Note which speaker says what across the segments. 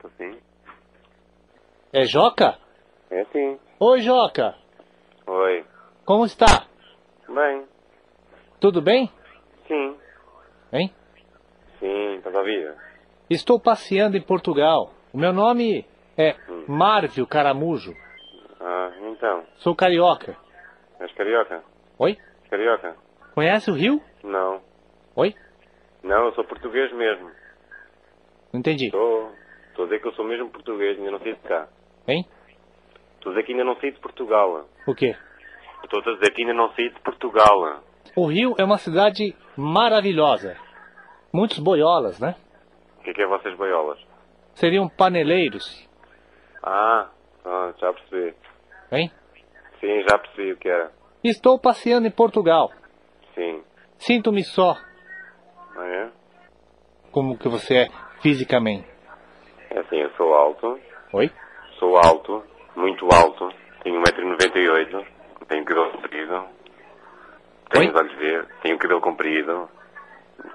Speaker 1: Tô sim.
Speaker 2: É Joca?
Speaker 1: É sim.
Speaker 2: Oi, Joca.
Speaker 1: Oi.
Speaker 2: Como está?
Speaker 1: Bem.
Speaker 2: Tudo bem?
Speaker 1: Sim.
Speaker 2: Hein?
Speaker 1: Sim, tá viva.
Speaker 2: Estou passeando em Portugal. O meu nome é Marvio Caramujo.
Speaker 1: Hum. Ah, então.
Speaker 2: Sou carioca.
Speaker 1: És carioca?
Speaker 2: Oi?
Speaker 1: Carioca?
Speaker 2: Conhece o Rio?
Speaker 1: Não.
Speaker 2: Oi?
Speaker 1: Não, eu sou português mesmo.
Speaker 2: Não entendi.
Speaker 1: Tô. Tô a dizer que eu sou mesmo português, ainda não saí de cá.
Speaker 2: Hein?
Speaker 1: Tô a dizer que ainda não saí de Portugal.
Speaker 2: O quê?
Speaker 1: Estou a dizer que ainda não saí de Portugal.
Speaker 2: O Rio é uma cidade maravilhosa. Muitos boiolas, né?
Speaker 1: O que é que é vocês boiolas?
Speaker 2: Seriam paneleiros,
Speaker 1: Ah, pronto, já percebi.
Speaker 2: hein?
Speaker 1: Sim, já percebi o que era.
Speaker 2: Estou passeando em Portugal.
Speaker 1: Sim.
Speaker 2: Sinto-me só
Speaker 1: Não é?
Speaker 2: como que você é fisicamente.
Speaker 1: É assim, eu sou alto.
Speaker 2: Oi?
Speaker 1: Sou alto, muito alto. Tenho 1,98m. Tenho cabelo comprido. Tenho
Speaker 2: Oi?
Speaker 1: os olhos verdes. Tenho cabelo comprido.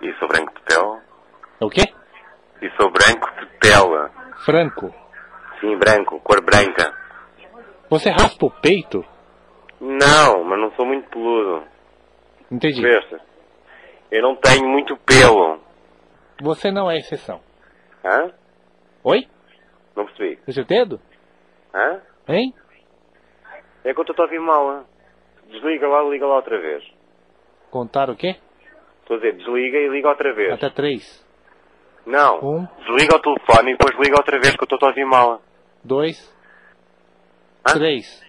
Speaker 1: E sou branco de pele.
Speaker 2: É o quê?
Speaker 1: E sou branco de pele.
Speaker 2: Franco.
Speaker 1: Sim, branco, cor branca.
Speaker 2: Você raspa o peito?
Speaker 1: Não, mas não sou muito peludo.
Speaker 2: Entendi.
Speaker 1: Veste? Eu não tenho muito pelo.
Speaker 2: Você não é exceção.
Speaker 1: Hã?
Speaker 2: Oi? é
Speaker 1: Não percebi.
Speaker 2: O seu dedo?
Speaker 1: Hã?
Speaker 2: Hein?
Speaker 1: É que eu estou a ouvir mal. hã? Desliga lá, liga lá outra vez.
Speaker 2: Contar o quê?
Speaker 1: Estou a dizer, desliga e liga outra vez.
Speaker 2: Até três.
Speaker 1: Não.
Speaker 2: Um.
Speaker 1: Desliga o telefone e depois liga outra vez que eu estou a ouvir mal.
Speaker 2: Dois.
Speaker 1: Hã?
Speaker 2: Três.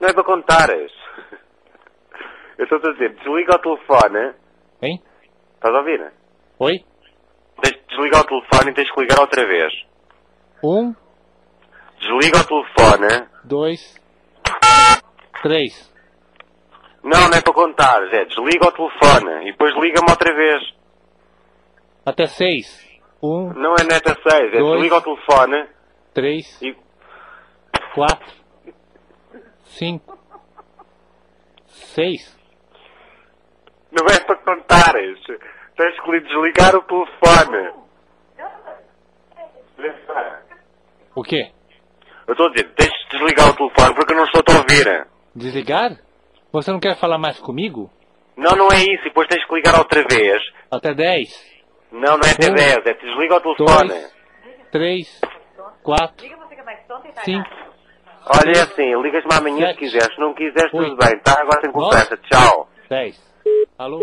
Speaker 1: Não é para contares. Eu estou a dizer, desliga o telefone.
Speaker 2: Hein?
Speaker 1: Estás a ouvir? né?
Speaker 2: Oi?
Speaker 1: Tens de desligar o telefone e tens de ligar outra vez.
Speaker 2: Um,
Speaker 1: Desliga o telefone.
Speaker 2: dois, três.
Speaker 1: Não, não é para contares. É, desliga o telefone e depois liga-me outra vez.
Speaker 2: Até seis. Um,
Speaker 1: Não é neta 6, é
Speaker 2: Dois.
Speaker 1: desliga o telefone
Speaker 2: três,
Speaker 1: e
Speaker 2: quatro, cinco, seis.
Speaker 1: não é para contares. Tens que lhe desligar o telefone.
Speaker 2: O quê?
Speaker 1: Eu estou a dizer, tens de desligar o telefone porque eu não estou a ouvir.
Speaker 2: Desligar? Você não quer falar mais comigo?
Speaker 1: Não, não é isso. E depois tens que ligar outra vez.
Speaker 2: Até dez.
Speaker 1: Não, não é até
Speaker 2: Um,
Speaker 1: 10, é desliga o telefone.
Speaker 2: Dois, três, quatro, cinco.
Speaker 1: Olha, é assim, ligas-me amanhã se
Speaker 2: Sete.
Speaker 1: quiseres. Se não quiseres, tudo
Speaker 2: Oito.
Speaker 1: bem, tá? Agora tem
Speaker 2: Nove.
Speaker 1: conversa. Tchau.
Speaker 2: 10. Alô?